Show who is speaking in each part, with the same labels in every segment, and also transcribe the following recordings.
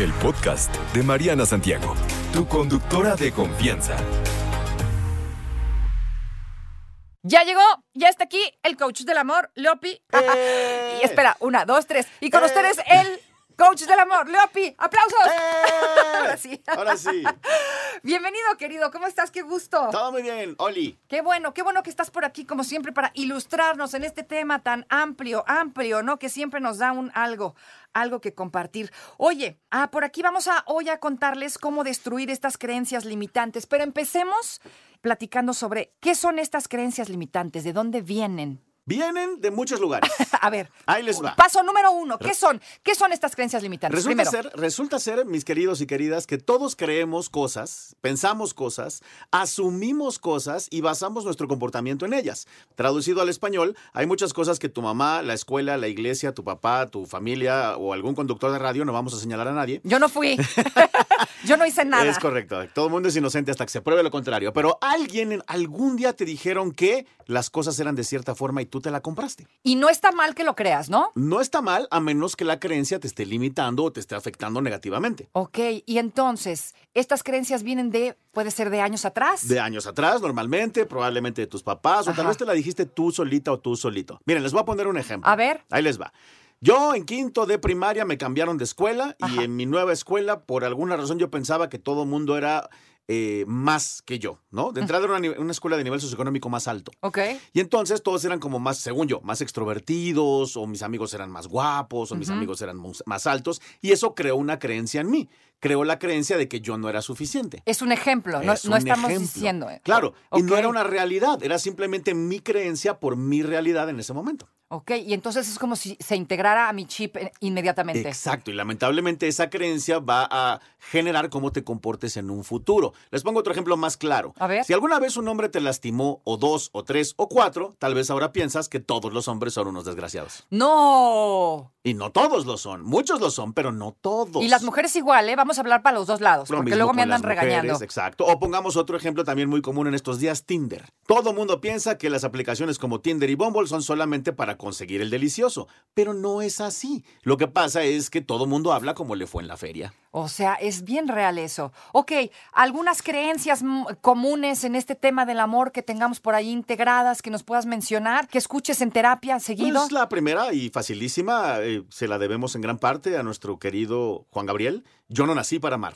Speaker 1: El podcast de Mariana Santiago, tu conductora de confianza.
Speaker 2: Ya llegó, ya está aquí el coach del amor, Leopi.
Speaker 3: ¡Eh!
Speaker 2: Y espera, una, dos, tres. Y con
Speaker 3: ¡Eh!
Speaker 2: ustedes el coach del amor, Leopi. ¡Aplausos!
Speaker 3: ¡Eh!
Speaker 2: Ahora sí.
Speaker 3: Ahora sí.
Speaker 2: Bienvenido, querido. ¿Cómo estás? Qué gusto.
Speaker 3: Todo muy bien, Oli.
Speaker 2: Qué bueno, qué bueno que estás por aquí, como siempre, para ilustrarnos en este tema tan amplio, amplio, ¿no? Que siempre nos da un algo, algo que compartir. Oye, ah, por aquí vamos a hoy a contarles cómo destruir estas creencias limitantes, pero empecemos platicando sobre qué son estas creencias limitantes, de dónde vienen.
Speaker 3: Vienen de muchos lugares.
Speaker 2: A ver,
Speaker 3: Ahí les va.
Speaker 2: paso número uno, ¿qué son? ¿Qué son estas creencias limitantes?
Speaker 3: Resulta
Speaker 2: Primero,
Speaker 3: ser, resulta ser, mis queridos y queridas, que todos creemos cosas, pensamos cosas, asumimos cosas y basamos nuestro comportamiento en ellas. Traducido al español, hay muchas cosas que tu mamá, la escuela, la iglesia, tu papá, tu familia o algún conductor de radio, no vamos a señalar a nadie,
Speaker 2: yo no fui, yo no hice nada.
Speaker 3: Es correcto. Todo el mundo es inocente hasta que se pruebe lo contrario. Pero alguien en- algún día te dijeron que las cosas eran de cierta forma y tú te la compraste.
Speaker 2: Y no está mal que lo creas, ¿no?
Speaker 3: No está mal a menos que la creencia te esté limitando o te esté afectando negativamente.
Speaker 2: Ok, y entonces, estas creencias vienen de, puede ser de años atrás.
Speaker 3: De años atrás, normalmente, probablemente de tus papás, o
Speaker 2: Ajá.
Speaker 3: tal vez te la dijiste tú solita o tú solito. Miren, les voy a poner un ejemplo.
Speaker 2: A ver.
Speaker 3: Ahí les va. Yo en quinto de primaria me cambiaron de escuela
Speaker 2: Ajá.
Speaker 3: y en mi nueva escuela, por alguna razón, yo pensaba que todo mundo era eh, más que yo, ¿no? De entrada era una, ni- una escuela de nivel socioeconómico más alto.
Speaker 2: Ok.
Speaker 3: Y entonces todos eran como más, según yo, más extrovertidos, o mis amigos eran más guapos, o mis amigos eran mus- más altos, y eso creó una creencia en mí. Creó la creencia de que yo no era suficiente.
Speaker 2: Es un ejemplo, no,
Speaker 3: Es
Speaker 2: no
Speaker 3: un
Speaker 2: estamos
Speaker 3: ejemplo.
Speaker 2: diciendo. eh,
Speaker 3: Claro, y no
Speaker 2: ok,
Speaker 3: era una realidad, era simplemente mi creencia por mi realidad en ese momento.
Speaker 2: Ok, y entonces es como si se integrara a mi chip eh, inmediatamente.
Speaker 3: Exacto, y lamentablemente esa creencia va a generar cómo te comportes en un futuro. Les pongo otro ejemplo más claro.
Speaker 2: A ver.
Speaker 3: Si alguna vez un hombre te lastimó, o dos, o tres, o cuatro, tal vez ahora piensas que todos los hombres son unos desgraciados.
Speaker 2: No.
Speaker 3: Y no todos lo son, muchos lo son, pero no todos.
Speaker 2: Y las mujeres igual, ¿eh? Vamos a hablar para los dos lados,
Speaker 3: Lo
Speaker 2: porque
Speaker 3: mismo
Speaker 2: luego me
Speaker 3: con las
Speaker 2: andan regañando.
Speaker 3: mujeres, Exacto. O pongamos otro ejemplo también muy común en estos días, Tinder. Todo mundo piensa que las aplicaciones como Tinder y Bumble son solamente para conseguir el delicioso, pero no es así. Lo que pasa es que todo mundo habla como le fue en la feria.
Speaker 2: O sea, es bien real eso. Ok, algunas creencias mm, comunes en este tema del amor que tengamos por ahí integradas, que nos puedas mencionar, que escuches en terapia seguido.
Speaker 3: Pues la primera y facilísima eh, se la debemos en gran parte a nuestro querido Juan Gabriel. Yo no nací para amar.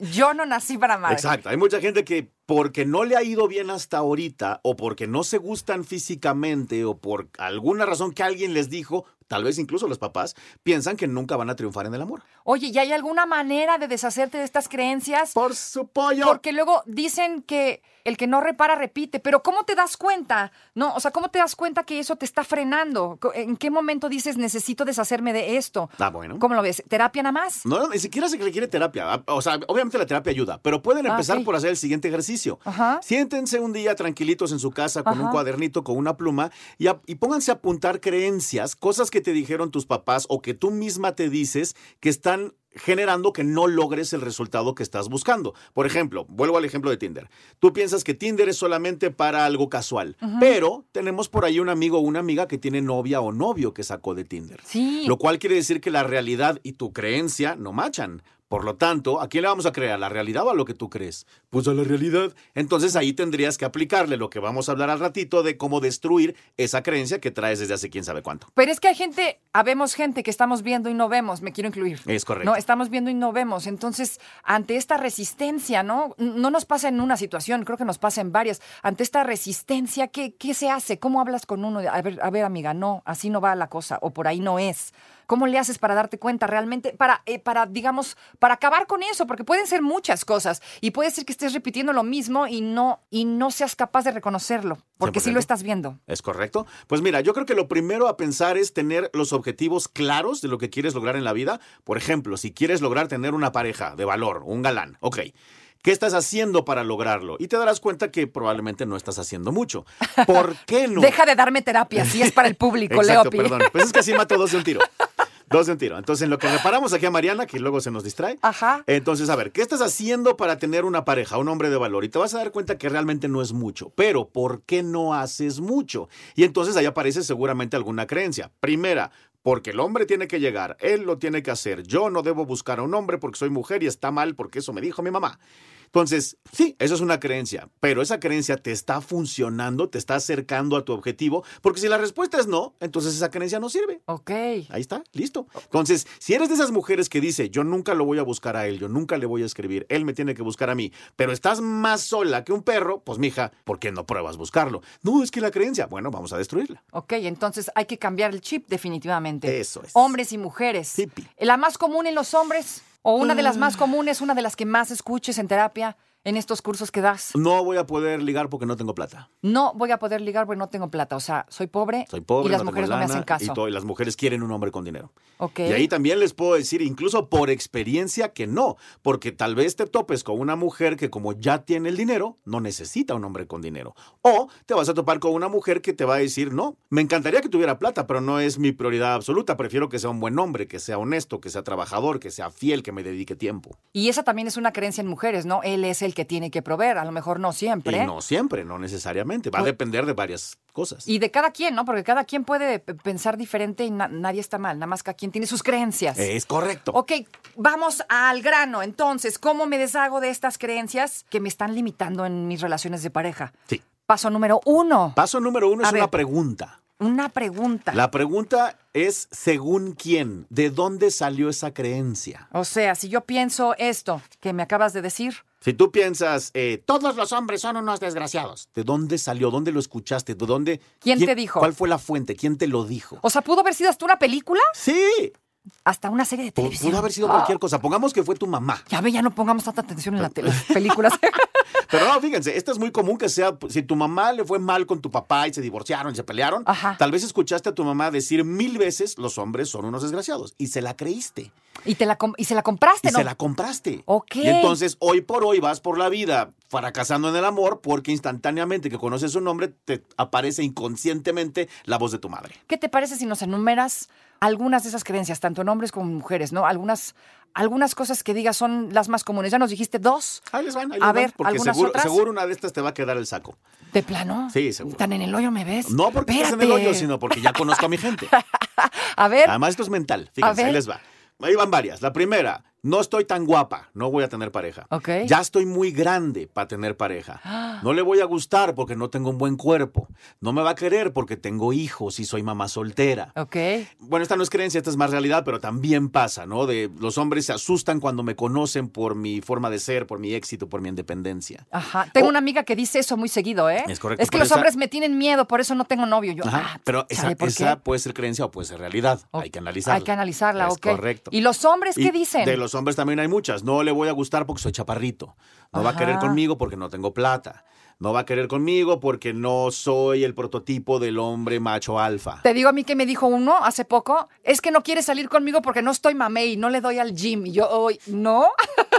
Speaker 2: Yo no nací para amar.
Speaker 3: Exacto. Hay mucha gente que porque no le ha ido bien hasta ahorita, o porque no se gustan físicamente, o por alguna razón que alguien les dijo, tal vez incluso los papás, piensan que nunca van a triunfar en el amor.
Speaker 2: Oye, ¿y hay alguna manera de deshacerte de estas creencias?
Speaker 3: Por su pollo.
Speaker 2: Porque luego dicen que el que no repara repite, pero ¿cómo te das cuenta? No, o sea, ¿cómo te das cuenta que eso te está frenando? Co- ¿En qué momento dices necesito deshacerme de esto?
Speaker 3: Ah, bueno.
Speaker 2: ¿Cómo lo ves? ¿Terapia nada más?
Speaker 3: No, ni siquiera se requiere terapia. Ah, O sea, obviamente la terapia ayuda, pero pueden
Speaker 2: Ah,
Speaker 3: empezar
Speaker 2: sí.
Speaker 3: por hacer el siguiente ejercicio.
Speaker 2: Ajá.
Speaker 3: Siéntense un día tranquilitos en su casa con un
Speaker 2: Ajá.
Speaker 3: cuadernito, con una pluma y, a- y pónganse a apuntar creencias, cosas que te dijeron tus papás o que tú misma te dices que están generando que no logres el resultado que estás buscando. Por ejemplo, vuelvo al ejemplo de Tinder. Tú piensas que Tinder es solamente para algo casual, pero tenemos por ahí un amigo o una amiga que tiene novia o novio que sacó de Tinder.
Speaker 2: Sí.
Speaker 3: Lo cual quiere decir que la realidad y tu creencia no machan. Por lo tanto, ¿a quién le vamos a creer? ¿A la realidad o a lo que tú crees? Pues a la realidad. Entonces ahí tendrías que aplicarle lo que vamos a hablar al ratito de cómo destruir esa creencia que traes desde hace quién sabe cuánto.
Speaker 2: Pero es que hay gente, habemos gente que estamos viendo y no vemos, me quiero incluir.
Speaker 3: Es correcto.
Speaker 2: No, estamos viendo y no vemos. Entonces, ante esta resistencia, ¿no? No nos pasa en una situación, creo que nos pasa en varias. Ante esta resistencia, ¿qué, qué se hace? ¿Cómo hablas con uno? A ver, a ver, amiga, no, así no va la cosa o por ahí no es. ¿Cómo le haces para darte cuenta realmente, para, eh, para digamos, para acabar con eso? Porque pueden ser muchas cosas y puede ser que estés repitiendo lo mismo y no, y no seas capaz de reconocerlo, porque sí
Speaker 3: 100%.
Speaker 2: lo estás viendo.
Speaker 3: ¿Es correcto? Pues mira, yo creo que lo primero a pensar es tener los objetivos claros de lo que quieres lograr en la vida. Por ejemplo, si quieres lograr tener una pareja de valor, un galán, ok. ¿Qué estás haciendo para lograrlo? Y te darás cuenta que probablemente no estás haciendo mucho. ¿Por qué no?
Speaker 2: Deja de darme terapia, si es para el público,
Speaker 3: Exacto,
Speaker 2: Leopi.
Speaker 3: perdón. Pues es que así mato dos de un tiro. Dos de un tiro. Entonces, en lo que reparamos aquí a Mariana, que luego se nos distrae.
Speaker 2: Ajá.
Speaker 3: Entonces, a ver, ¿qué estás haciendo para tener una pareja, un hombre de valor? Y te vas a dar cuenta que realmente no es mucho. Pero, ¿por qué no haces mucho? Y entonces ahí aparece seguramente alguna creencia. Primera, porque el hombre tiene que llegar, él lo tiene que hacer. Yo no debo buscar a un hombre porque soy mujer y está mal porque eso me dijo mi mamá. Entonces, sí, eso es una creencia, pero esa creencia te está funcionando, te está acercando a tu objetivo, porque si la respuesta es no, entonces esa creencia no sirve.
Speaker 2: Ok.
Speaker 3: Ahí está, listo. Entonces, si eres de esas mujeres que dice, yo nunca lo voy a buscar a él, yo nunca le voy a escribir, él me tiene que buscar a mí, pero estás más sola que un perro, pues mija, ¿por qué no pruebas buscarlo? No, es que la creencia, bueno, vamos a destruirla.
Speaker 2: Ok, entonces hay que cambiar el chip definitivamente.
Speaker 3: Eso es.
Speaker 2: Hombres y mujeres.
Speaker 3: Hippie. Mm.
Speaker 2: La más común en los hombres, o una de las más comunes, una de las que más escuches en terapia, en estos cursos que das.
Speaker 3: No voy a poder ligar porque no tengo plata.
Speaker 2: No voy a poder ligar porque no tengo plata. O sea, soy pobre,
Speaker 3: Soy pobre,
Speaker 2: y las
Speaker 3: no tengo
Speaker 2: mujeres no me
Speaker 3: lana,
Speaker 2: hacen
Speaker 3: Y,
Speaker 2: caso.
Speaker 3: todo, y las mujeres quieren un hombre con dinero.
Speaker 2: Ok.
Speaker 3: Y ahí también les puedo decir, incluso por experiencia, que no, porque tal vez te topes con una mujer que como ya tiene el dinero, no necesita un hombre con dinero. O te vas a topar con una mujer que te va a decir, no, me encantaría que tuviera plata, pero no es mi prioridad absoluta, prefiero que sea un buen hombre, que sea honesto, que sea trabajador, que sea fiel, que me dedique tiempo.
Speaker 2: Y esa también es una creencia en mujeres, ¿no? Él es el que tiene que proveer, a lo mejor no siempre.
Speaker 3: Y no siempre, no necesariamente, va a
Speaker 2: Oye.
Speaker 3: depender de varias cosas.
Speaker 2: Y de cada quien, ¿no? Porque cada quien puede p- pensar diferente y na- nadie está mal, nada más cada quien tiene sus creencias.
Speaker 3: Es correcto.
Speaker 2: Ok, vamos al grano. Entonces, ¿cómo me deshago de estas creencias que me están limitando en mis relaciones de pareja?
Speaker 3: Sí.
Speaker 2: Paso número uno.
Speaker 3: Paso número uno
Speaker 2: A
Speaker 3: es una
Speaker 2: ver.
Speaker 3: pregunta.
Speaker 2: una pregunta.
Speaker 3: La pregunta es según quién, de dónde salió esa creencia.
Speaker 2: O sea, si yo pienso esto que me acabas de decir,
Speaker 3: Si tú piensas, eh, todos los hombres son unos desgraciados, ¿de dónde salió? ¿Dónde lo escuchaste? ¿De dónde?
Speaker 2: ¿Quién te dijo?
Speaker 3: ¿Cuál fue la fuente? ¿Quién te lo dijo?
Speaker 2: o sea, pudo haber sido hasta una película,
Speaker 3: Sí,
Speaker 2: hasta una serie de
Speaker 3: pu-
Speaker 2: televisión. Ah.
Speaker 3: pudo haber sido cualquier cosa. Pongamos que fue tu mamá.
Speaker 2: Ya ve, ya no pongamos tanta atención en la te- las películas.
Speaker 3: Pero no, fíjense, esto es muy común que sea, pues, si tu mamá le fue mal con tu papá y se divorciaron y se pelearon,
Speaker 2: Ajá.
Speaker 3: tal vez escuchaste a tu mamá decir mil veces, los hombres son unos desgraciados, y se la creíste.
Speaker 2: y, te la com- y se la compraste,
Speaker 3: Y
Speaker 2: ¿no?
Speaker 3: se la compraste.
Speaker 2: Ok.
Speaker 3: Y entonces hoy por hoy vas por la vida fracasando en el amor porque instantáneamente que conoces un nombre te aparece inconscientemente la voz de tu madre.
Speaker 2: ¿Qué te parece si nos enumeras algunas de esas creencias, tanto en hombres como en mujeres, ¿no? Algunas, algunas cosas que digas son las más comunes. Ya nos dijiste dos.
Speaker 3: Ahí les van,
Speaker 2: A
Speaker 3: ahí les van,
Speaker 2: ver,
Speaker 3: porque
Speaker 2: ¿algunas
Speaker 3: seguro,
Speaker 2: otras?
Speaker 3: seguro una de estas te va a quedar el saco.
Speaker 2: ¿De plano?
Speaker 3: Sí, seguro.
Speaker 2: ¿Tan en el hoyo me ves?
Speaker 3: No porque estés en el
Speaker 2: Espérate.
Speaker 3: hoyo, sino porque ya conozco a mi gente.
Speaker 2: A ver,
Speaker 3: Además esto es mental.
Speaker 2: A
Speaker 3: Fíjense,
Speaker 2: ver.
Speaker 3: ahí les va. Ahí van varias. La primera, no estoy tan guapa, no voy a tener pareja.
Speaker 2: Ok.
Speaker 3: Ya estoy muy grande para tener pareja. No le voy a gustar porque no tengo un buen cuerpo. No me va a querer porque tengo hijos y soy mamá soltera.
Speaker 2: ok.
Speaker 3: Bueno, esta no es creencia, esta es más realidad, pero también pasa, ¿no? De los hombres se asustan cuando me conocen por mi forma de ser, por mi éxito, por mi independencia.
Speaker 2: Ajá. Tengo
Speaker 3: O-
Speaker 2: una amiga que dice eso muy seguido, ¿eh?
Speaker 3: Es correcto,
Speaker 2: Es que
Speaker 3: pero
Speaker 2: los
Speaker 3: esa-
Speaker 2: hombres me tienen miedo, por eso no tengo novio. Yo,
Speaker 3: Ajá,
Speaker 2: ah,
Speaker 3: pero esa,
Speaker 2: ¿sabe por qué?
Speaker 3: esa puede ser creencia o puede ser realidad.
Speaker 2: O-
Speaker 3: Hay que analizarla.
Speaker 2: Hay que analizarla,
Speaker 3: es
Speaker 2: ok.
Speaker 3: Correcto.
Speaker 2: ¿Y los hombres
Speaker 3: Y
Speaker 2: qué dicen?
Speaker 3: De los hombres también hay muchas. No le voy a gustar porque soy chaparrito. No va a querer
Speaker 2: Ajá.
Speaker 3: conmigo porque no tengo plata. No va a querer conmigo porque no soy el prototipo del hombre macho alfa.
Speaker 2: Te digo a mí que me dijo uno hace poco, es que no quiere salir conmigo porque no estoy mamey, no le doy al gym. Y yo, hoy, ¿no?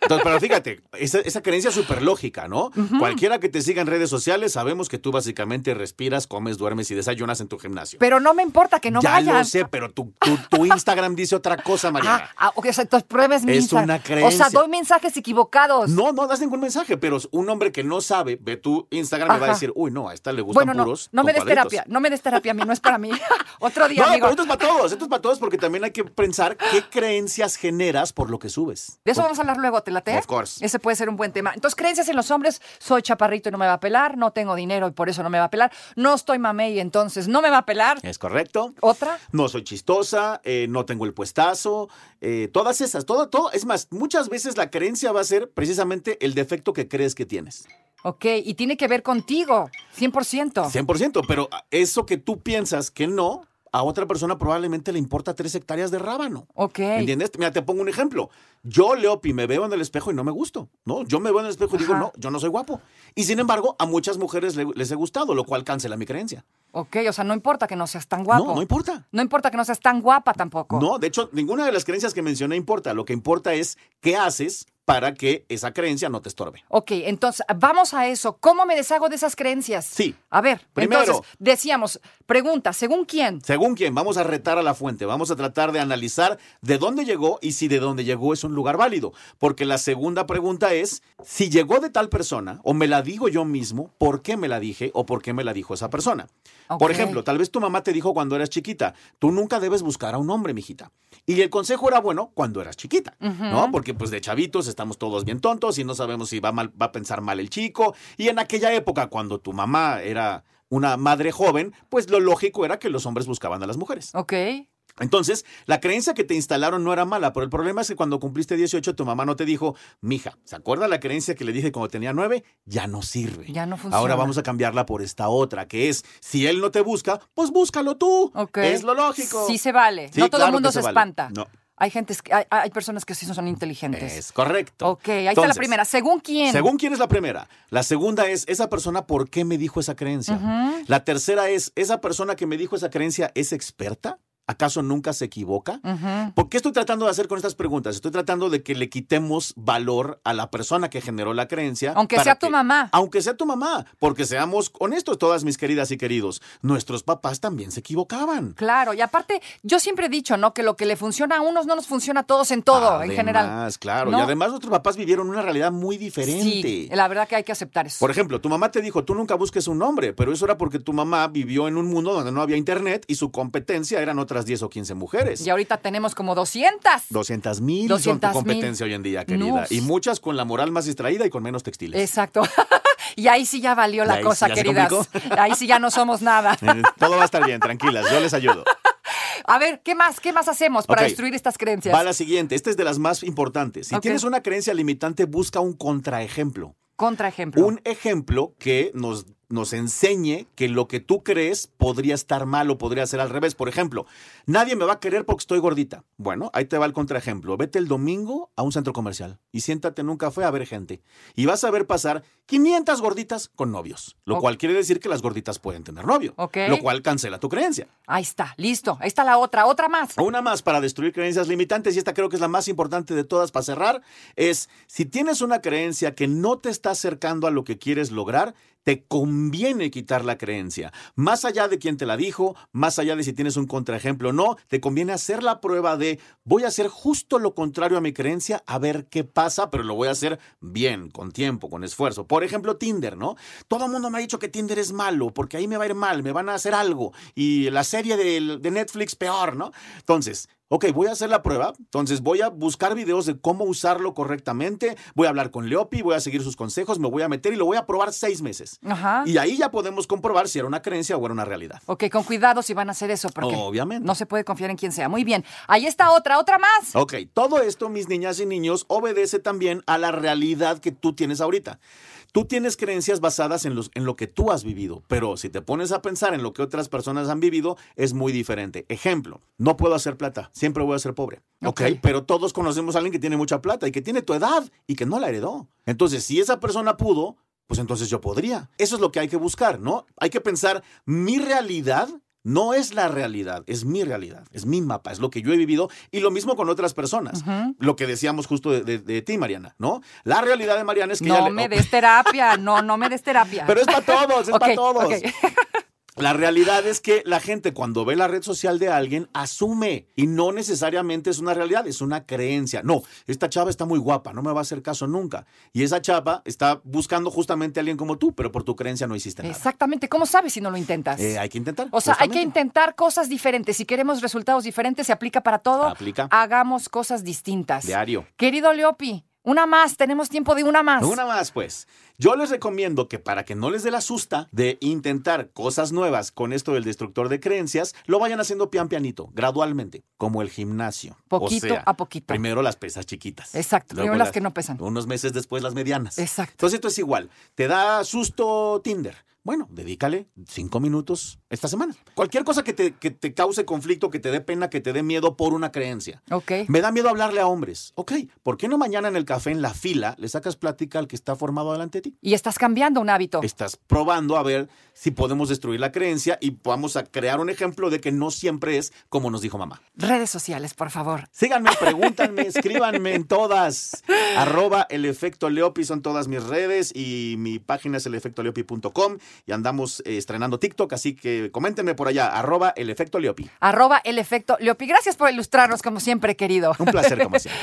Speaker 3: Entonces, pero fíjate, esa, esa creencia súper lógica, ¿no? Cualquiera que te siga en redes sociales, sabemos que tú básicamente respiras, comes, duermes y desayunas en tu gimnasio.
Speaker 2: Pero no me importa que no
Speaker 3: ya
Speaker 2: vayan.
Speaker 3: lo sé, pero tu, tu- tu Instagram dice otra cosa, Mariana.
Speaker 2: Ah, ah, ok, o sea, entonces pruebes mi
Speaker 3: Es
Speaker 2: Instagram.
Speaker 3: una
Speaker 2: O sea,
Speaker 3: creencia.
Speaker 2: doy mensajes equivocados.
Speaker 3: No, no das ningún mensaje, pero un hombre que no sabe, ve tu Instagram y va a
Speaker 2: Ajá.
Speaker 3: decir, uy, no, a esta le gustan
Speaker 2: bueno, no,
Speaker 3: puros.
Speaker 2: no me
Speaker 3: con
Speaker 2: des
Speaker 3: palitos".
Speaker 2: terapia, no me des terapia a mí, no es para mí. Otro día,
Speaker 3: No,
Speaker 2: amigo.
Speaker 3: pero esto es para todos, esto es para todos porque también hay que pensar qué creencias generas por lo que subes.
Speaker 2: De eso vamos a hablar luego, ¿te late?
Speaker 3: Of course.
Speaker 2: Ese puede ser un buen tema. Entonces, creencias en los hombres, soy chaparrito y no me va a pelar, no tengo dinero y por eso no me va a pelar, no estoy mamey y entonces no me va a pelar.
Speaker 3: ¿Es correcto?
Speaker 2: ¿Otra?
Speaker 3: No soy chistosa, eh, no tengo el puestazo, eh, todas esas, todo, todo. Es más, muchas veces la creencia va a ser precisamente el defecto que crees que tienes.
Speaker 2: Ok, y tiene que ver contigo, 100%.
Speaker 3: 100%, pero eso que tú piensas que no, a otra persona probablemente le importa tres hectáreas de rábano.
Speaker 2: Ok.
Speaker 3: ¿Entiendes? Mira, te pongo un ejemplo. Yo, Leopi, me veo en el espejo y no me gusto. No, yo me veo en el espejo y digo,
Speaker 2: Ajá.
Speaker 3: no, yo no soy guapo. Y sin embargo, a muchas mujeres le- les he gustado, lo cual cancela mi creencia.
Speaker 2: Ok, o sea, no importa que no seas tan guapo.
Speaker 3: No, no importa.
Speaker 2: No importa que no seas tan guapa tampoco.
Speaker 3: No, de hecho, ninguna de las creencias que mencioné importa. Lo que importa es qué haces para que esa creencia no te estorbe.
Speaker 2: Ok, entonces vamos a eso. ¿Cómo me deshago de esas creencias?
Speaker 3: Sí.
Speaker 2: A ver,
Speaker 3: Primero.
Speaker 2: entonces decíamos, pregunta, ¿según quién?
Speaker 3: Según quién, vamos a retar a la fuente, vamos a tratar de analizar de dónde llegó y si de dónde llegó es un lugar válido. Porque la segunda pregunta es, si llegó de tal persona o me la digo yo mismo, ¿por qué me la dije o por qué me la dijo esa persona? Por
Speaker 2: Ok.
Speaker 3: ejemplo, tal vez tu mamá te dijo cuando eras chiquita, tú nunca debes buscar a un hombre, mijita. Y el consejo era bueno cuando eras chiquita, ¿no? Porque pues de chavitos estamos todos bien tontos y no sabemos si va, mal, va a pensar mal el chico. Y en aquella época, cuando tu mamá era una madre joven, pues lo lógico era que los hombres buscaban a las mujeres.
Speaker 2: Ok.
Speaker 3: Entonces, la creencia que te instalaron no era mala, pero el problema es que cuando cumpliste 18, tu mamá no te dijo, mija, ¿se acuerda la creencia que le dije cuando tenía 9? Ya no sirve.
Speaker 2: Ya no funciona.
Speaker 3: Ahora vamos a cambiarla por esta otra, que es, si él no te busca, pues búscalo tú.
Speaker 2: Ok.
Speaker 3: Es lo lógico.
Speaker 2: Sí se vale.
Speaker 3: Sí,
Speaker 2: no todo
Speaker 3: claro
Speaker 2: el mundo
Speaker 3: que
Speaker 2: se,
Speaker 3: vale.
Speaker 2: espanta.
Speaker 3: No.
Speaker 2: Hay, gente, que- hay, hay personas que sí son inteligentes.
Speaker 3: Es correcto.
Speaker 2: Ok, ahí está la
Speaker 3: Entonces,
Speaker 2: primera. ¿Según quién?
Speaker 3: Según quién es la primera. La segunda es, esa persona, ¿por qué me dijo esa creencia? La tercera es, ¿esa persona que me dijo esa creencia es experta? ¿Acaso nunca se equivoca?
Speaker 2: Ujú.
Speaker 3: ¿Por qué estoy tratando de hacer con estas preguntas? Estoy tratando de que le quitemos valor a la persona que generó la creencia.
Speaker 2: Aunque
Speaker 3: para
Speaker 2: sea tu
Speaker 3: que-
Speaker 2: mamá.
Speaker 3: Aunque sea tu mamá. Porque seamos honestos, todas mis queridas y queridos, nuestros papás también se equivocaban.
Speaker 2: Claro, y aparte, yo siempre he dicho, ¿no? Que lo que le funciona a unos no nos funciona a todos en todo, en general.
Speaker 3: Además, claro.
Speaker 2: No.
Speaker 3: Y además nuestros papás vivieron una realidad muy diferente.
Speaker 2: Sí, la verdad que hay que aceptar eso.
Speaker 3: Por ejemplo, tu mamá te dijo, tú nunca busques un hombre, pero eso era porque tu mamá vivió en un mundo donde no había internet y su competencia eran otras 10 o 15 mujeres.
Speaker 2: Y ahorita tenemos como 200.
Speaker 3: 200 mil son tu
Speaker 2: 200,000.
Speaker 3: competencia hoy en día, querida.
Speaker 2: Nos.
Speaker 3: Y muchas con la moral más distraída y con menos textiles.
Speaker 2: Exacto. y ahí sí ya valió la
Speaker 3: Ahí sí
Speaker 2: cosa,
Speaker 3: ya se
Speaker 2: queridas.
Speaker 3: complicó.
Speaker 2: Ahí sí ya no somos nada.
Speaker 3: Eh, Todo va a estar bien, tranquilas, yo les ayudo.
Speaker 2: A ver, ¿qué más? ¿Qué más hacemos para
Speaker 3: Ok.
Speaker 2: destruir estas creencias?
Speaker 3: Va la siguiente, esta es de las más importantes. Si
Speaker 2: Ok.
Speaker 3: tienes una creencia limitante, busca un contraejemplo.
Speaker 2: Contraejemplo.
Speaker 3: Un ejemplo que nos, nos enseñe que lo que tú crees podría estar mal o podría ser al revés. Por ejemplo, nadie me va a querer porque estoy gordita. Bueno, ahí te va el contraejemplo. Vete el domingo a un centro comercial y siéntate en un café a ver gente. Y vas a ver pasar 500 gorditas con novios, lo
Speaker 2: Ok.
Speaker 3: cual quiere decir que las gorditas pueden tener novio,
Speaker 2: Ok.
Speaker 3: lo cual cancela tu creencia.
Speaker 2: Ahí está, listo. Ahí está la otra, otra más.
Speaker 3: Una más para destruir creencias limitantes, y esta creo que es la más importante de todas para cerrar, es si tienes una creencia que no te está acercando a lo que quieres lograr, te conviene quitar la creencia. Más allá de quién te la dijo, más allá de si tienes un contraejemplo o no, te conviene hacer la prueba de voy a hacer justo lo contrario a mi creencia, a ver qué pasa, pero lo voy a hacer bien, con tiempo, con esfuerzo. Por ejemplo, Tinder, ¿no? Todo el mundo me ha dicho que Tinder es malo, porque ahí me va a ir mal, me van a hacer algo. Y la serie del- de Netflix peor, ¿no? Entonces, ok, voy a hacer la prueba. Entonces voy a buscar videos de cómo usarlo correctamente. Voy a hablar con Leopi, voy a seguir sus consejos, me voy a meter y lo voy a probar seis meses.
Speaker 2: Ajá.
Speaker 3: Y ahí ya podemos comprobar si era una creencia o era una realidad.
Speaker 2: Ok, con cuidado si van a hacer eso, porque
Speaker 3: Obviamente.
Speaker 2: no se puede confiar en quien sea. Muy bien. Ahí está otra, otra más.
Speaker 3: Ok, todo esto, mis niñas y niños, obedece también a la realidad que tú tienes ahorita. Tú tienes creencias basadas en, los, en lo que tú has vivido, pero si te pones a pensar en lo que otras personas han vivido, es muy diferente. Ejemplo, no puedo hacer plata, siempre voy a ser pobre. Ok,
Speaker 2: Ok.
Speaker 3: pero todos conocemos a alguien que tiene mucha plata y que tiene tu edad y que no la heredó. Entonces, si esa persona pudo, pues entonces yo podría. Eso es lo que hay que buscar, ¿no? Hay que pensar mi realidad No es la realidad, es mi realidad, es mi mapa, es lo que yo he vivido y lo mismo con otras personas. Lo que decíamos justo de, de- de ti, Mariana, ¿no? La realidad de Mariana es que ya
Speaker 2: No
Speaker 3: le-
Speaker 2: me des terapia, no, no me des terapia.
Speaker 3: Pero es para todos, es
Speaker 2: Ok,
Speaker 3: para todos.
Speaker 2: ok.
Speaker 3: La realidad es que la gente cuando ve la red social de alguien asume y no necesariamente es una realidad, es una creencia. No, esta chava está muy guapa, no me va a hacer caso nunca. Y esa chava está buscando justamente a alguien como tú, pero por tu creencia no hiciste nada.
Speaker 2: Exactamente, ¿cómo sabes si no lo intentas?
Speaker 3: Eh, hay que intentar.
Speaker 2: o sea, hay que
Speaker 3: justamente.
Speaker 2: intentar cosas diferentes. Si queremos resultados diferentes, se aplica para todo.
Speaker 3: Aplica.
Speaker 2: Hagamos cosas distintas.
Speaker 3: Diario.
Speaker 2: Querido Leopi, una más, tenemos tiempo de una más.
Speaker 3: Una más, pues. Yo les recomiendo que para que no les dé la susta de intentar cosas nuevas con esto del destructor de creencias, lo vayan haciendo pian pianito, gradualmente, como el gimnasio. O
Speaker 2: Poquito
Speaker 3: sea,
Speaker 2: a poquito.
Speaker 3: Primero las pesas chiquitas.
Speaker 2: Exacto,
Speaker 3: Luego
Speaker 2: primero las que no pesan.
Speaker 3: Unos meses después las medianas.
Speaker 2: Exacto.
Speaker 3: Entonces esto es igual. Te da susto Tinder. Bueno, dedícale cinco minutos esta semana. Cualquier cosa que te, que te cause conflicto, que te dé pena, que te dé miedo por una creencia.
Speaker 2: Ok.
Speaker 3: Me da miedo hablarle a hombres. Ok, ¿por qué no mañana en el café, en la fila, le sacas plática al que está formado delante de ti?
Speaker 2: Y estás cambiando un hábito.
Speaker 3: Estás probando a ver si podemos destruir la creencia y vamos a crear un ejemplo de que no siempre es como nos dijo mamá.
Speaker 2: Redes sociales, por favor.
Speaker 3: Síganme, pregúntanme, escríbanme en todas. Arroba el efecto Leopi son todas mis redes y mi página es elefectoleopi.com y andamos eh, estrenando TikTok, así que coméntenme por allá. Arroba el efecto Leopi.
Speaker 2: Arroba el efecto Leopi. Gracias por ilustrarnos, como siempre, querido.
Speaker 3: Un placer, como siempre.